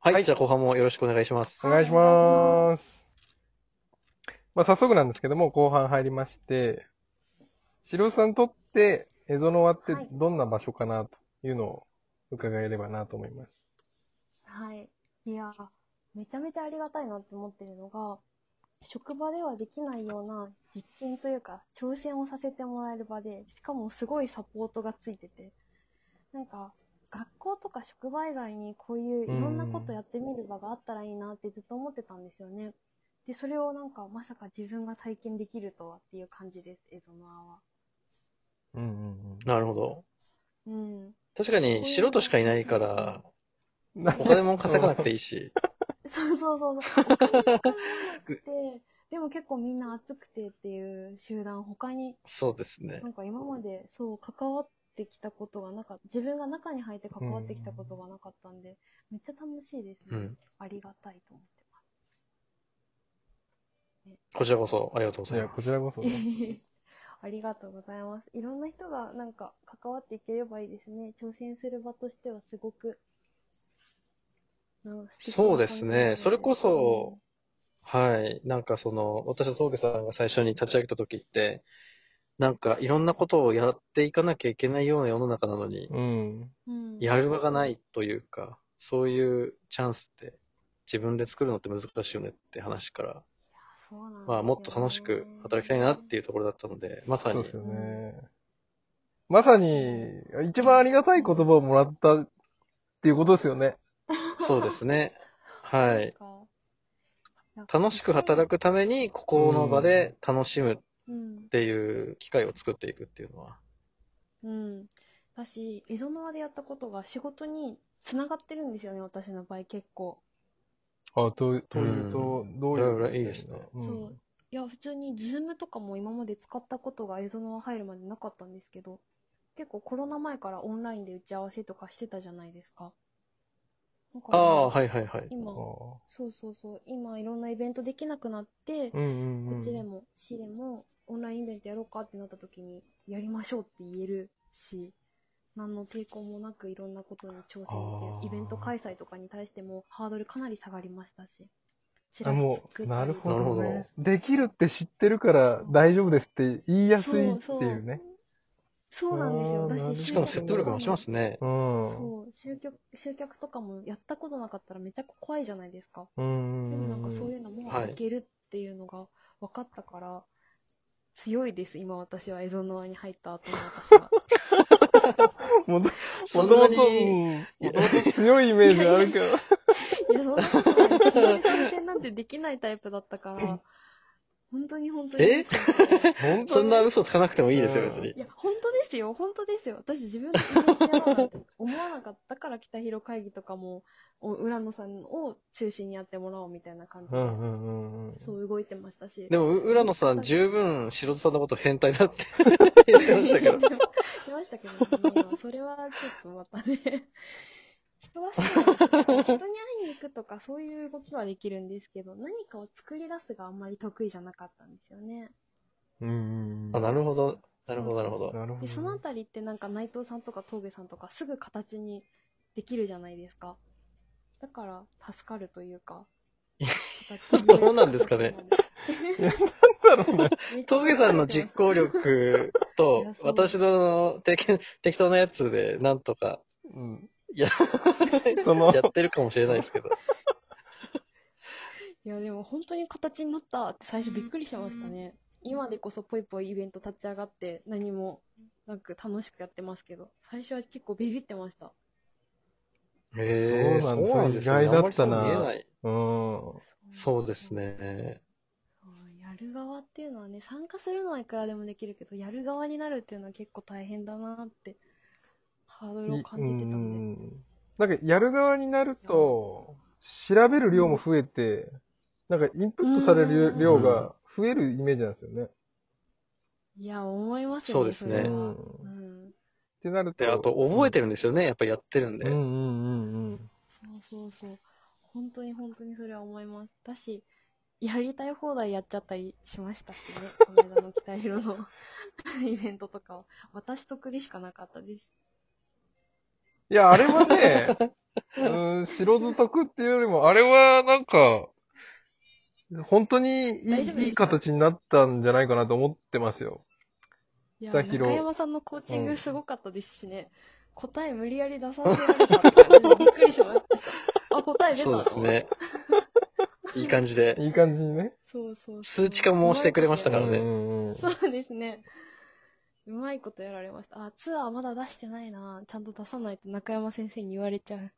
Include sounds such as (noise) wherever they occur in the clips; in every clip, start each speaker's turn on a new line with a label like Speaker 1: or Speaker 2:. Speaker 1: はい、
Speaker 2: はい
Speaker 1: じゃあ後半もよろしくお願いします。
Speaker 2: お願いします。まあ、早速なんですけども、後半入りまして、白さんにとって、エゾノワって
Speaker 3: はい
Speaker 2: どんな場所かなというのを伺えればなと思います。
Speaker 3: はい。いや、めちゃめちゃありがたいなって思ってるのが、職場ではできないような実験というか、挑戦をさせてもらえる場で、しかもすごいサポートがついてて、なんか、学校とか職場以外にこういういろんなことやってみる場があったらいいなってずっと思ってたんですよね。で、それをなんか、まさか自分が体験できるとはっていう感じです、エゾノアは。
Speaker 2: うんうん
Speaker 1: なるほど。
Speaker 3: うん。
Speaker 1: 確かに素人しかいないから、
Speaker 2: うん。な
Speaker 1: お金も稼がなくていいし。
Speaker 3: そうそうそうそう。お金がかからなくて、でも結構みんな熱くてっていう集団、他に、
Speaker 1: (laughs) そうですね
Speaker 3: な。んか今まで、そう、関わってきたことがなかった、自分が中に入って関わってきたことがなかったんで、めっちゃ楽しいですね。
Speaker 1: うん。
Speaker 3: ありがたいと思ってま
Speaker 1: こちらこそありがとうご
Speaker 2: い
Speaker 1: ざい
Speaker 2: や、
Speaker 1: ま
Speaker 2: こ
Speaker 1: す。
Speaker 2: ちらこそね、
Speaker 3: (laughs) す。ありがとうございます。いろんな人がなんか関わっていければいいですね。挑戦する場としてはすごく、なんか素敵な
Speaker 1: そうですね。
Speaker 3: 感じ
Speaker 1: それこそ、はい。なんかその、私と峠さんが最初に立ち上げた時って、なんかいろんなことをやっていかなきゃいけないような世の中なのに、
Speaker 2: うん。
Speaker 3: うん、
Speaker 1: やる場がないというか、そういうチャンスって自分で作るのって難しいよねって話から、
Speaker 3: そうなんですよね
Speaker 1: まあもっと楽しく働きたいなっていうところだったので、まさ
Speaker 2: そう
Speaker 1: に
Speaker 2: ですよね。まさに、一番ありがたい言葉をもらったっていうことですよね。
Speaker 1: そうですね。はい。
Speaker 3: なんか。
Speaker 1: 楽しく働くために、ここの場で楽しむっ
Speaker 3: うん。
Speaker 1: ていう機会を作っていくっていうのは。
Speaker 3: うん。だし、エゾノワでやったことが仕事につながってるんですよね、私の場合結構。
Speaker 2: あ、と、というと、どういう
Speaker 1: い
Speaker 2: こと
Speaker 1: やいやいいですね
Speaker 2: うん
Speaker 3: そういや、普通にズームとかも今まで使ったことがエゾノワ入るまでなかったんですけど、結構コロナ前からオンラインで打ち合わせとかしてたじゃないですか。だか
Speaker 1: あ
Speaker 3: ら
Speaker 1: あ、はいはいはい。
Speaker 3: 今、
Speaker 2: あ
Speaker 3: そうそうそう、今いろんなイベントできなくなって、
Speaker 2: あうんうんうん。
Speaker 3: こっちでも、市でも、オンラインイベントやろうかってなった時に、やりましょうって言えるし、何の抵抗もなくいろんなことに挑戦で
Speaker 1: あー
Speaker 3: きる。イベント開催とかに対しても、ハードルかなり下がりましたし。ち
Speaker 2: あもう、
Speaker 3: 作った
Speaker 2: な
Speaker 3: り
Speaker 2: るほど、
Speaker 1: なる
Speaker 2: ね。できるって知ってるから大丈夫ですって言いやすいって
Speaker 3: そう
Speaker 2: いうね。
Speaker 3: そうそうなんです
Speaker 2: あ
Speaker 3: よ。
Speaker 2: ーなるほ
Speaker 3: だ
Speaker 2: ど
Speaker 3: し、
Speaker 1: しかも説得力もしますね。
Speaker 2: うん。う
Speaker 3: そう、集客、集客とかもやったことなかったらめちゃ怖いじゃないですか。
Speaker 2: んう
Speaker 3: で
Speaker 2: んう
Speaker 3: も
Speaker 2: ん。
Speaker 3: なんかそういうの
Speaker 1: は
Speaker 3: も
Speaker 1: い
Speaker 3: いけるっていうのが分かったから、強いです、今私は、エゾノアに入った後の私は。
Speaker 2: もと
Speaker 1: そ
Speaker 2: も
Speaker 1: ん
Speaker 2: と
Speaker 1: な
Speaker 2: うん
Speaker 1: に、
Speaker 2: もともと強いイメージあるから。
Speaker 3: いや、そんなことない。私の対戦なんてできないタイプだったから、本当に本当に。
Speaker 1: え
Speaker 2: 本
Speaker 1: そ
Speaker 2: 当
Speaker 1: ん
Speaker 2: に
Speaker 1: な嘘つかなくてもいいですよ、別に
Speaker 3: い。や、本当ですよ、本当ですよ。私自分で自分でやろうなんて思わなかったから、北広会議とかも、お浦野さんを中心にやってもらおうみたいな感じ
Speaker 2: う
Speaker 3: で、
Speaker 2: んうんうんうん。
Speaker 3: そう動いてましたし。
Speaker 1: で
Speaker 3: も、
Speaker 1: も、う浦野さん、十分、白さんのこと変態だって (laughs) 言ってましたけど。
Speaker 3: 言ってましたけどね、まあそれはちょっとまたね。人はそうなんですよ人に会いに行くとかそういう動きはできるんですけど、何かを作り出すがあんまり得意じゃなかったんですよね。
Speaker 2: うんうんうん。
Speaker 1: あ、なるほど。なるほど、なるほど。
Speaker 2: なるほどね。
Speaker 3: でそのあたりってなんか内藤さんとか峠さんとかすぐ形にできるじゃないですかだから助かるというか形
Speaker 1: (laughs)
Speaker 3: に
Speaker 1: どうなんですか
Speaker 3: (laughs)
Speaker 1: ね
Speaker 2: なんだろうね。
Speaker 1: 峠さんの実行力
Speaker 3: い
Speaker 1: と
Speaker 3: や、そう
Speaker 1: 私の適適当なやつで、なんとか、
Speaker 2: うん。
Speaker 1: いや、
Speaker 2: その、
Speaker 1: やってるかもしれないですけ
Speaker 2: (laughs)
Speaker 1: ど。
Speaker 3: いやでも本当に形になったって最初びっくりしましたね今でこそぽいぽいイベント立ち上がって何もなく楽しくやってますけど最初は結構ビビってました
Speaker 1: へー
Speaker 2: そう
Speaker 1: そう
Speaker 2: な
Speaker 1: なんん
Speaker 2: で
Speaker 1: ですす
Speaker 2: よ
Speaker 1: ね。
Speaker 2: 意外だったな
Speaker 1: あんまりそう見えない。
Speaker 2: うん。
Speaker 1: そうですね。
Speaker 3: うんやる側っていうのはね参加するのはいくらでもできるけどやる側になるっていうのは結構大変だなってハードルを感じてた
Speaker 2: うん
Speaker 3: で
Speaker 2: んうんなんか、やる側になると、調べる量も増えて、なんか、インプットされる量が増えるイメージなんですよね。
Speaker 3: いや思いますよ
Speaker 1: そ
Speaker 3: ね
Speaker 1: うですね
Speaker 3: れ
Speaker 2: う
Speaker 3: は
Speaker 2: ん。っ
Speaker 3: うん
Speaker 2: てなると。
Speaker 1: で、あと、覚えてるんですよね。やっぱりやってるんで。
Speaker 2: うんうんうんうん。
Speaker 3: そうそうそう。本当に本当にそれは思います。だし、やりたい放題やっちゃったりしました
Speaker 1: (laughs)
Speaker 3: しね。この間の北広の (laughs) イベントとかは。私と栗しかなかったです。
Speaker 2: いや、あれはね、うん、白ずたくっていうよりも、あれはなんか、本当にい
Speaker 3: 大丈夫です
Speaker 2: いいい形になったんじゃないかなと思ってますよ。
Speaker 3: いや、
Speaker 2: 北広
Speaker 3: 中山さんのコーチン
Speaker 2: う
Speaker 3: グ
Speaker 2: ん
Speaker 3: すごかったですしね、答え無理やり出させられた
Speaker 1: (laughs)
Speaker 3: ってびっくりしました。あ、答え出た
Speaker 1: そうです。
Speaker 2: (laughs)
Speaker 1: ね。いい感じで。
Speaker 2: いい感じにね。
Speaker 3: そうそうそう
Speaker 1: 数値化もしてくれました
Speaker 2: う
Speaker 1: か
Speaker 2: ん
Speaker 1: らね
Speaker 2: うんうん。
Speaker 3: そうですね。うまいことやられました。あ、ツアーまだ出してないな。ちゃんと出さないと中山先生に言われちゃう。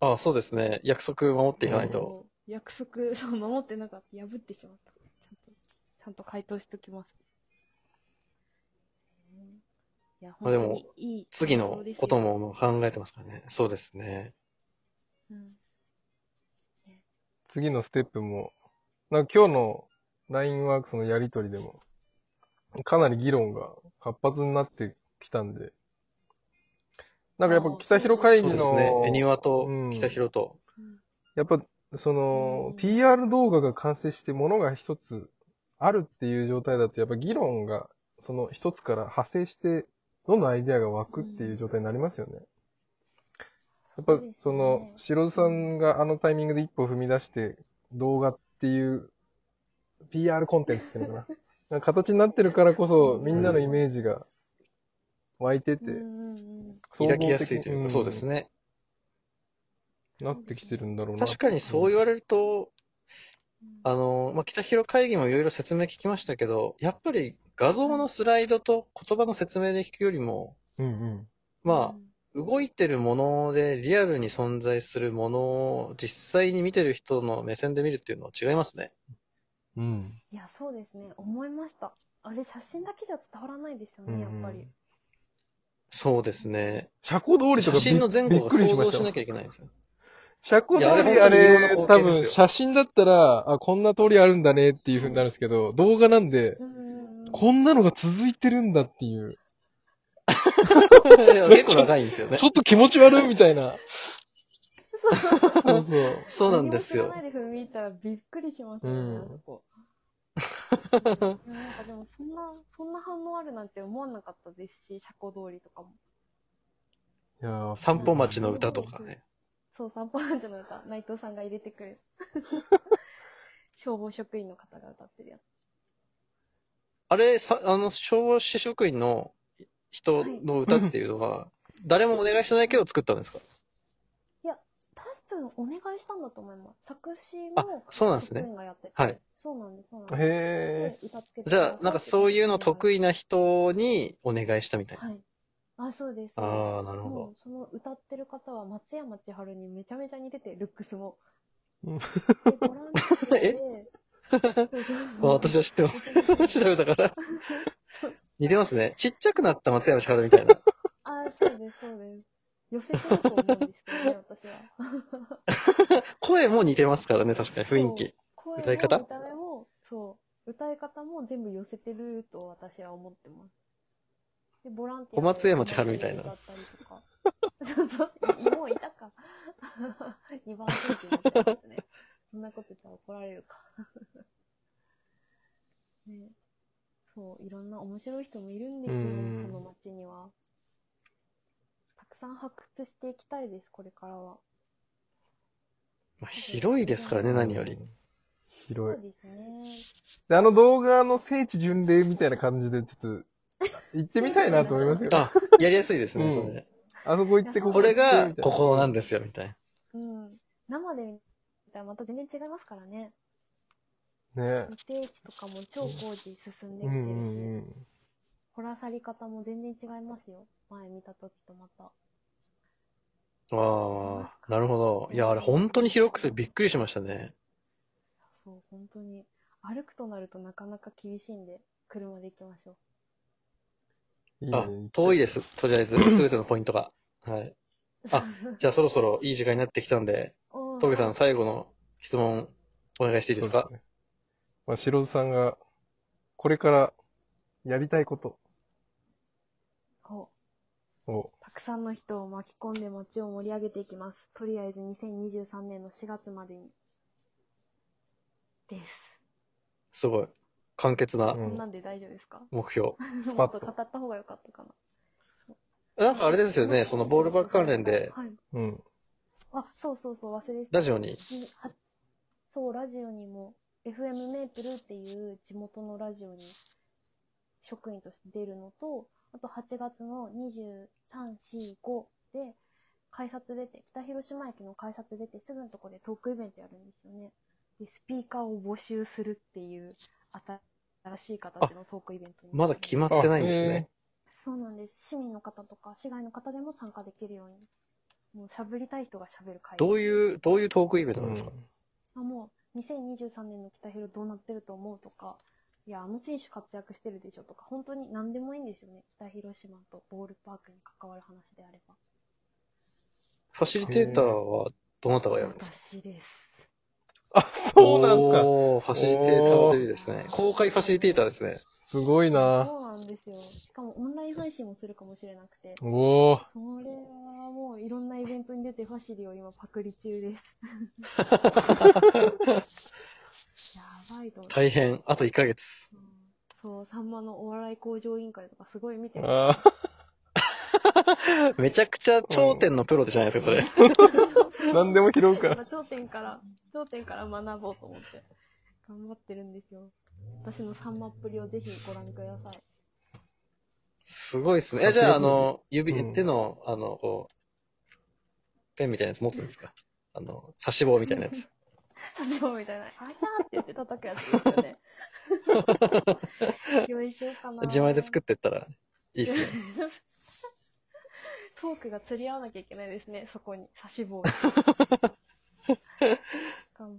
Speaker 1: ああ、そうですね。約束守っていかないと。
Speaker 3: そう約束、 (laughs) そう、守ってなかった。破ってしまった。ちゃんと、ちゃんと回答しときます。うんいや、
Speaker 1: ま
Speaker 3: 本
Speaker 1: あで
Speaker 3: 当
Speaker 1: も
Speaker 3: にいい。
Speaker 1: 次のこと。も考えてますからね。そうですね。
Speaker 3: うん。
Speaker 2: 次のステップも、なんか今日の LINE ワークスのやりとりでも、かなり議論が活発になってきたんで、なんかやっぱ北広会
Speaker 1: そ
Speaker 2: 議
Speaker 1: うです
Speaker 2: の、
Speaker 1: ね。恵庭と
Speaker 2: うん
Speaker 1: 北広と。
Speaker 3: うん
Speaker 2: やっぱ、その、
Speaker 3: うん
Speaker 2: PR 動画が完成してものが一つあるっていう状態だと、やっぱ議論が、その一つから派生して、どんどんアイデアが湧くっていう状態になりますよね。やっぱ、その、白津さんがあのタイミングで一歩踏み出して、動画っていう、PR コンテンツっていう
Speaker 3: (laughs)
Speaker 2: のかな。なんか形になってるからこそ、みんなのイメージが湧いてて、
Speaker 3: うんうんうん
Speaker 1: 開きやすいというか、そうです
Speaker 2: ね。
Speaker 1: ね。
Speaker 2: なってきてるんだろうな。
Speaker 1: 確かにそう言われると、あの、まあ、北広会議もいろいろ説明聞きましたけど、やっぱり画像のスライドと言葉の説明で聞くよりも、
Speaker 2: うんうん。
Speaker 1: まあ、動いてるものでリアルに存在するものを実際に見てる人の目線で見るっていうのは違いますね。
Speaker 2: うん。
Speaker 3: いや、そうですね。思いました。あれ、写真だけじゃ伝わらないですよね、やっぱり。
Speaker 1: そうですね。
Speaker 2: 車庫通りとか
Speaker 1: 写真
Speaker 2: び
Speaker 1: の前
Speaker 2: び
Speaker 1: 後
Speaker 2: っ
Speaker 1: を
Speaker 2: くりし
Speaker 1: 想
Speaker 2: ま
Speaker 1: 像
Speaker 2: し
Speaker 1: したなきゃいけないんですよ。
Speaker 2: 車庫通り
Speaker 1: いやあれ
Speaker 2: あれ、
Speaker 1: 本当に有用な光
Speaker 2: 多
Speaker 1: 景
Speaker 2: 分
Speaker 1: です
Speaker 2: 写真だったら、あ、こんな通りあるんだねっていう風になるんですけど、動画なんで、
Speaker 3: うん。
Speaker 2: こんなのが続いてるんだっていう、
Speaker 1: いや (laughs) 結構長いんですよね
Speaker 2: ち。ょっと気持ち悪いみたいな。そうそう。
Speaker 1: そうなんですよ
Speaker 3: 何も知ら。ないで踏み入ったらびっくりしましたね、
Speaker 2: うん
Speaker 3: なんかこ
Speaker 1: (laughs)
Speaker 3: う。いやなんかでも、そんな、そんな反応あるなんて思わなかったですし、車庫通りとかも。
Speaker 2: いやー
Speaker 1: 散歩待ちの歌とかね。
Speaker 3: そう、散歩なんじゃないか。内藤さんが入れて
Speaker 1: (laughs)
Speaker 3: くる。消防職員の方が歌ってるやつ。
Speaker 1: あれ、さあの、消防士職員の人の歌っていうのは、誰もお願いしてないけど作ったんですか
Speaker 3: 多分お願いしたんだと思います。作詞
Speaker 1: あ
Speaker 3: も、
Speaker 1: そうなんですね
Speaker 3: 職員がやってて。
Speaker 1: はい。
Speaker 3: そうなんです、そうなんです。
Speaker 2: へ
Speaker 3: で歌付けて
Speaker 1: じゃあ、なんかそういうの
Speaker 3: 意。
Speaker 1: 得意な人にお願いしたみたいな。
Speaker 3: はい。あ、そうです。
Speaker 1: ああ、なるほ
Speaker 3: も
Speaker 1: ど
Speaker 3: う。その歌ってる方は松山千春にめちゃめちゃ似てて、ルックスも。
Speaker 2: うん
Speaker 3: でボランテ
Speaker 1: (laughs)
Speaker 3: ィアでそうそう
Speaker 1: まあ、私は知ってます。調べたから。 (laughs) 似てますね。ちっちゃくなった松山千春みたいな。
Speaker 3: あ、そうです、そうです。寄せてると思うんですけどね、私は。
Speaker 1: 声も似てますからね、確かに雰囲気。
Speaker 3: 声も
Speaker 1: 歌い方
Speaker 3: 見た目も、そう。歌い方も全部寄せてると私は思ってます。で、ボランティアで
Speaker 1: 小松山千春みたいな
Speaker 3: 歌ったりとか。そうそう、いもういたか。2番手ってなってますね。そんなこと言ったら怒られるか。 (laughs) ね、そう、いろんな面白い人もいるんですよ、
Speaker 2: うん
Speaker 3: この街には。たくさん発掘していきたいです、これからは。
Speaker 1: まあ、広いですから
Speaker 2: ー
Speaker 1: ね、何より。。
Speaker 3: そ
Speaker 2: 広
Speaker 3: う
Speaker 2: い。
Speaker 3: ですね。
Speaker 2: であの動画の聖地巡礼みたいな感じで、ちょっと、行ってみたいなと思いますよ。
Speaker 1: あ、やりやすいですね、
Speaker 2: うん
Speaker 1: それ。
Speaker 2: あそこ行って、ここ
Speaker 1: こ
Speaker 2: 行っ
Speaker 1: れ
Speaker 2: てみた
Speaker 1: が、
Speaker 2: い
Speaker 1: ここなんですよ、みたいな。
Speaker 3: うん。生で見たらまた全然違いますからね。
Speaker 2: ね。
Speaker 3: 未定地とかも超工事進んで
Speaker 2: うんうん
Speaker 3: きてるし、
Speaker 2: うん。
Speaker 3: 掘らさり方も全然違いますよ。前見た時とまた。
Speaker 1: ああ、なるほど。いや、あれ本当に広くてびっくりしましたね。
Speaker 3: そう、本当に。歩くとなるとなかなか厳しいんで、車で行きましょう。
Speaker 2: いいね。
Speaker 1: あ、遠いですす。とりあえず、すべてのポイントが。はい。あ、じゃあそろそろいい時間になってきたんで、
Speaker 3: (laughs) うん
Speaker 1: 峠さん最後の質問お願いしていいです
Speaker 2: そ
Speaker 1: か
Speaker 2: うねまあ、白津さんが、これからやりたいこと
Speaker 3: こう
Speaker 2: を、
Speaker 3: たくさんの人を巻き込んで街を盛り上げていきます。とりあえず2023年の4月までに。です。
Speaker 1: すごい。簡潔な
Speaker 2: う
Speaker 3: こ
Speaker 2: ん
Speaker 3: んなんで大丈夫ですか、
Speaker 1: 目標。
Speaker 3: (laughs) も
Speaker 2: パ
Speaker 3: っ
Speaker 2: ッ
Speaker 3: と
Speaker 2: と
Speaker 3: 語った方が良かったかな。
Speaker 1: なんかあれですよね、そのボールバック関連で、
Speaker 3: はい。
Speaker 2: うん。
Speaker 3: あ、そうそうそう、忘れてた
Speaker 1: ラジオに。
Speaker 3: にはそう、ラジオにも、FM メープルっていう地元のラジオに職員として出るのと、あと8月の23、4、5で、改札出て、北広島駅の改札出てすぐのところでトークイベントやるんですよね。で、スピーカーを募集するっていう新しい形のトークイベントに
Speaker 1: まだ決まってないんですね。
Speaker 3: そうなんです。市民の方とか、市外の方でも参加できるように、もう喋りたい人が喋る会
Speaker 1: どう
Speaker 3: う
Speaker 1: いう、どういうトークイベン
Speaker 2: へー
Speaker 1: トなんですか、
Speaker 3: あもう、2023年の北広どうなってると思うとか、いや、あの選手活躍してるでしょとか、本当に何でもいいんですよね。北広島とボールパークに関わる話であれば。
Speaker 1: ファシリテーターはどなたがやるんですか
Speaker 3: 私です。
Speaker 2: そうなんすか
Speaker 1: おーファシリテーターというですね。公開ファシリテーターですね。
Speaker 2: すごいな
Speaker 3: そうなんですよ。しかもオンライン配信もするかもしれなくて。
Speaker 2: おー。
Speaker 3: それはもういろんなイベントに出てファシリを今パクリ中です。やばいと思って。
Speaker 1: 大変。あと1ヶ (laughs) 月。
Speaker 3: うんそう、さんまのお笑い向上委員会とかすごい見てる。
Speaker 2: あ
Speaker 1: めちゃくちゃ頂点のプロじゃないですか、それ。
Speaker 2: ー (laughs) 何でも拾うから。
Speaker 3: まあ頂点から、頂点から学ぼうと思って、頑張ってるんですよ。私のサンマっぷりをぜひご覧ください。
Speaker 1: すごいですね。え、じゃあ、あの、指、
Speaker 2: うん
Speaker 1: 手の、あの、こう、ペンみたいなやつ持つんですかあの、刺し棒みたいなやつ。
Speaker 3: 立場みたいな、あいたって言って叩くやつですよ (laughs) ね。用意しようかな。
Speaker 1: 自前で作ってったらいいですね。
Speaker 3: トークが釣り合わなきゃいけないですね、そこに。
Speaker 1: (laughs)
Speaker 3: 差し棒。頑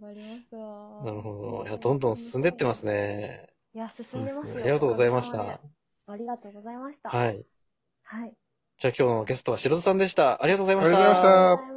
Speaker 3: 張りますわ。
Speaker 1: なるほど。いや、どんどん進んでってます。ね。
Speaker 3: いや、進んでま
Speaker 1: あ
Speaker 2: いいっ
Speaker 3: すよ
Speaker 2: すね
Speaker 1: りがとうございまし
Speaker 3: おかげ
Speaker 1: た。
Speaker 3: さまでありがとうございました。
Speaker 1: はい。
Speaker 3: はい。
Speaker 1: じゃあ今日のゲストは白津さんでした。ありがとうございました。
Speaker 2: ありがとうございました